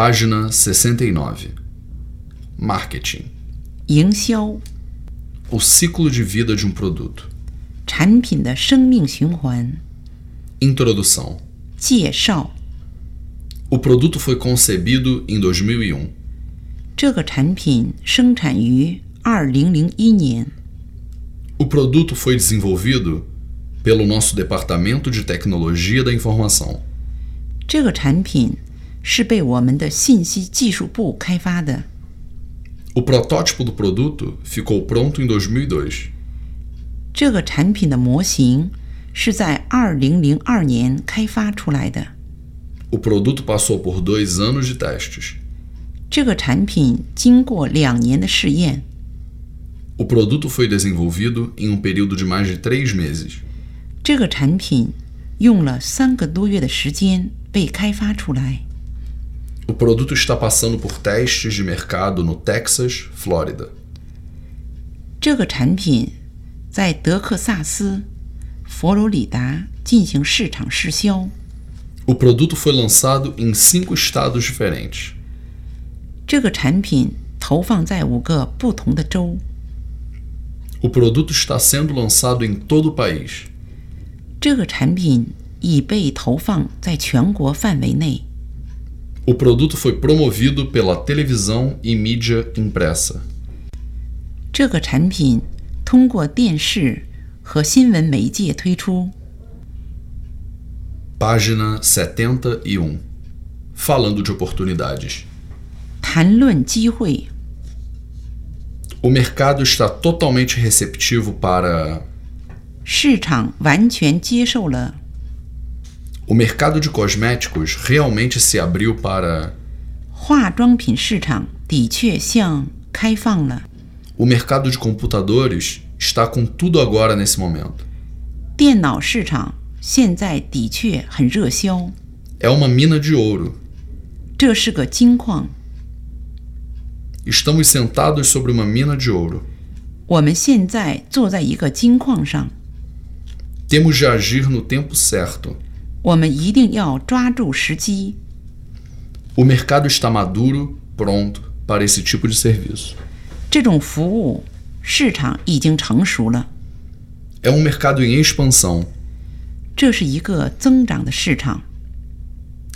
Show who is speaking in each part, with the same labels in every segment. Speaker 1: Página 69. Marketing.
Speaker 2: 营销、
Speaker 1: O ciclo de vida de um produto.
Speaker 2: 产品的生命循环、
Speaker 1: Introdução.
Speaker 2: 介绍。
Speaker 1: O produto foi concebido em 2001.
Speaker 2: 这个产品生产于二零零一年，
Speaker 1: O produto foi desenvolvido pelo nosso Departamento de Tecnologia da Informação.
Speaker 2: 这个产品是被我们的信息技术部开发的。
Speaker 1: O protótipo do produto ficou pronto em 2002.
Speaker 2: 这个产品的模型是在二零零二年开发出来的。
Speaker 1: O produto passou por dois anos de testes.
Speaker 2: 这个产品经过两年的试验，
Speaker 1: O produto foi desenvolvido em um período de mais de três meses.
Speaker 2: 这个产品用了三个多月的时间被开发出来。
Speaker 1: O produto está passando por testes de mercado no Texas, Flórida.
Speaker 2: 这个产品在德克萨斯、佛罗里达进行市场试销。
Speaker 1: O produto foi lançado em cinco estados diferentes.
Speaker 2: 这个产品投放在五个不同的州。
Speaker 1: O produto está sendo lançado em todo o país.
Speaker 2: 这个产品已被投放在全国范围内。
Speaker 1: O produto foi promovido pela televisão e mídia impressa.
Speaker 2: 这个产品通过电视和新闻媒介推出。
Speaker 1: Página 71. Falando de oportunidades.
Speaker 2: 谈论机会，
Speaker 1: O mercado está totalmente receptivo para.
Speaker 2: 市场完全接受了。
Speaker 1: O mercado de cosméticos realmente se abriu para.
Speaker 2: 化妆品市场的确向开放了，
Speaker 1: O mercado de computadores está com tudo agora nesse momento.
Speaker 2: 电脑市场现在的确很热销，
Speaker 1: É uma mina de ouro.
Speaker 2: 这是个金矿。
Speaker 1: Estamos sentados sobre uma mina de ouro.
Speaker 2: 我们现在坐在一个金矿上，
Speaker 1: Temos de agir no tempo certo.
Speaker 2: 我们一定要抓住时机。
Speaker 1: O mercado está maduro, pronto para esse tipo de serviço.
Speaker 2: 这种服务市场已经成熟了，
Speaker 1: É um mercado em expansão.
Speaker 2: 这是一个增长的市场。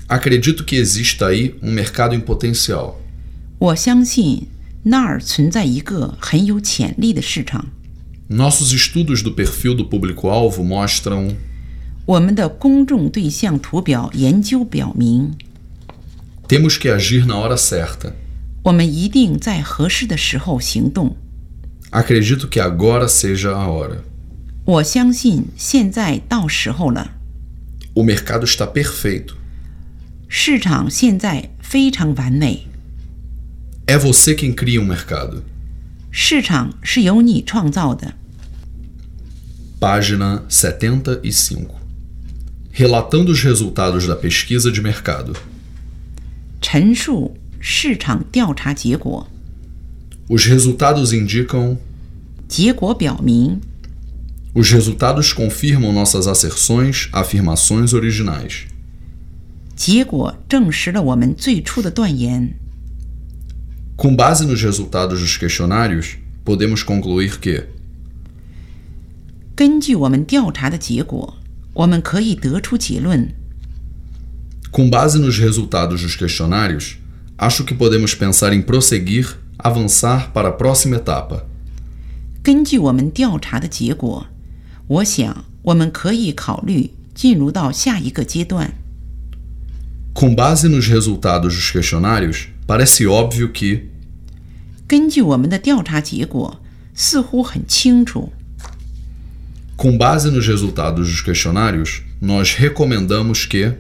Speaker 1: Acredito que exista aí um mercado em potencial.
Speaker 2: 我相信那儿存在一个很有潜力的市场。
Speaker 1: Nossos estudos do perfil do público-alvo mostram.
Speaker 2: 我们的公众对象图表研究表明，
Speaker 1: Temos que agir na hora certa.
Speaker 2: 我们一定在合适的时候行动。
Speaker 1: Acredito que agora seja a hora.
Speaker 2: 我相信现在到时候了，
Speaker 1: O mercado está perfeito.
Speaker 2: 市场现在非常完美，
Speaker 1: É você quem cria um mercado.
Speaker 2: 市场是由你创造的。
Speaker 1: Página 75. Relatando os resultados da pesquisa de mercado.
Speaker 2: 陈述市场调查结果，
Speaker 1: Os resultados indicam.
Speaker 2: 结果表明
Speaker 1: Os resultados confirmam nossas asserções, afirmações originais.
Speaker 2: 结果证实了我们最初的断言。
Speaker 1: Com base nos resultados dos questionários, podemos concluir que
Speaker 2: 根据我们调查的结果，我们可以得出结论：
Speaker 1: Com base nos resultados dos questionários, acho que podemos pensar em prosseguir, avançar para a próxima etapa.
Speaker 2: 根据我们调查的结果，我想我们可以考虑进入到下一个阶段。
Speaker 1: Com base nos resultados dos questionários, parece óbvio que
Speaker 2: 根据我们的调查结果，似乎很清楚。
Speaker 1: Com base nos resultados dos questionários, nós recomendamos que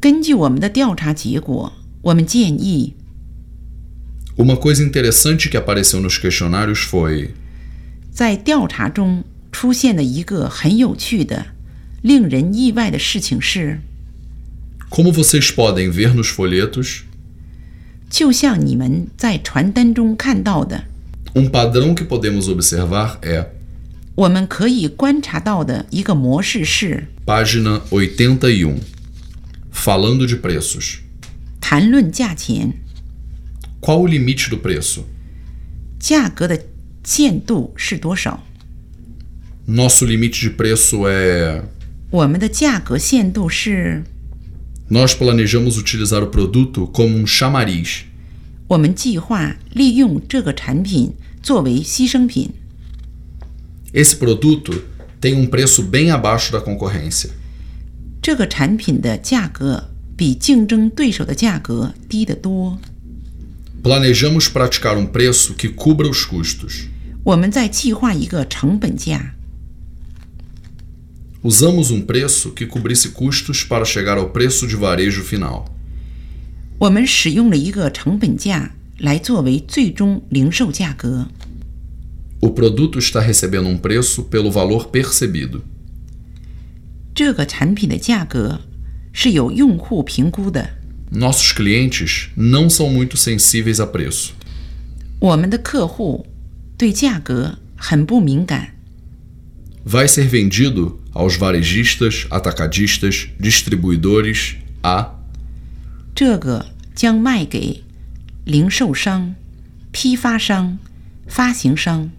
Speaker 2: 根据我们的调查结果，我们建议
Speaker 1: Uma coisa interessante que apareceu nos questionários foi:
Speaker 2: 在调查中出现的一个很有趣的、令人意外的事情是，
Speaker 1: Como vocês podem ver nos folhetos,
Speaker 2: 就像你们在传单中看到的，
Speaker 1: um padrão que podemos observar é
Speaker 2: 我们可以观察到的一个模式是
Speaker 1: página 81. Falando de um. preços.
Speaker 2: 谈论价钱，
Speaker 1: Qual o limite do preço?
Speaker 2: 价格的限度是多少？
Speaker 1: Nosso limite de preço é.
Speaker 2: 我们的价格限度是，
Speaker 1: Nós planejamos utilizar o produto como um chamariz.
Speaker 2: 我们计划利用这个产品作为牺牲品。
Speaker 1: Esse produto tem um preço bem abaixo da concorrência.
Speaker 2: 这个产品的价格比竞争对手的价格低得多。
Speaker 1: Planejamos praticar um preço que cubra os custos.
Speaker 2: 我们在计划一个成本价，
Speaker 1: Usamos um preço que cobrisse custos para chegar ao preço de varejo final.
Speaker 2: 我们使用了一个成本价来作为最终零售价格。
Speaker 1: O produto está recebendo um preço pelo valor percebido.
Speaker 2: 这个产品的价格是由用户评估的。
Speaker 1: Nossos clientes não são muito sensíveis a preço.
Speaker 2: 我们的客户对价格很不敏感，
Speaker 1: Vai ser vendido aos varejistas, atacadistas, distribuidores, a
Speaker 2: 这个将卖给零售商、批发商、发行商。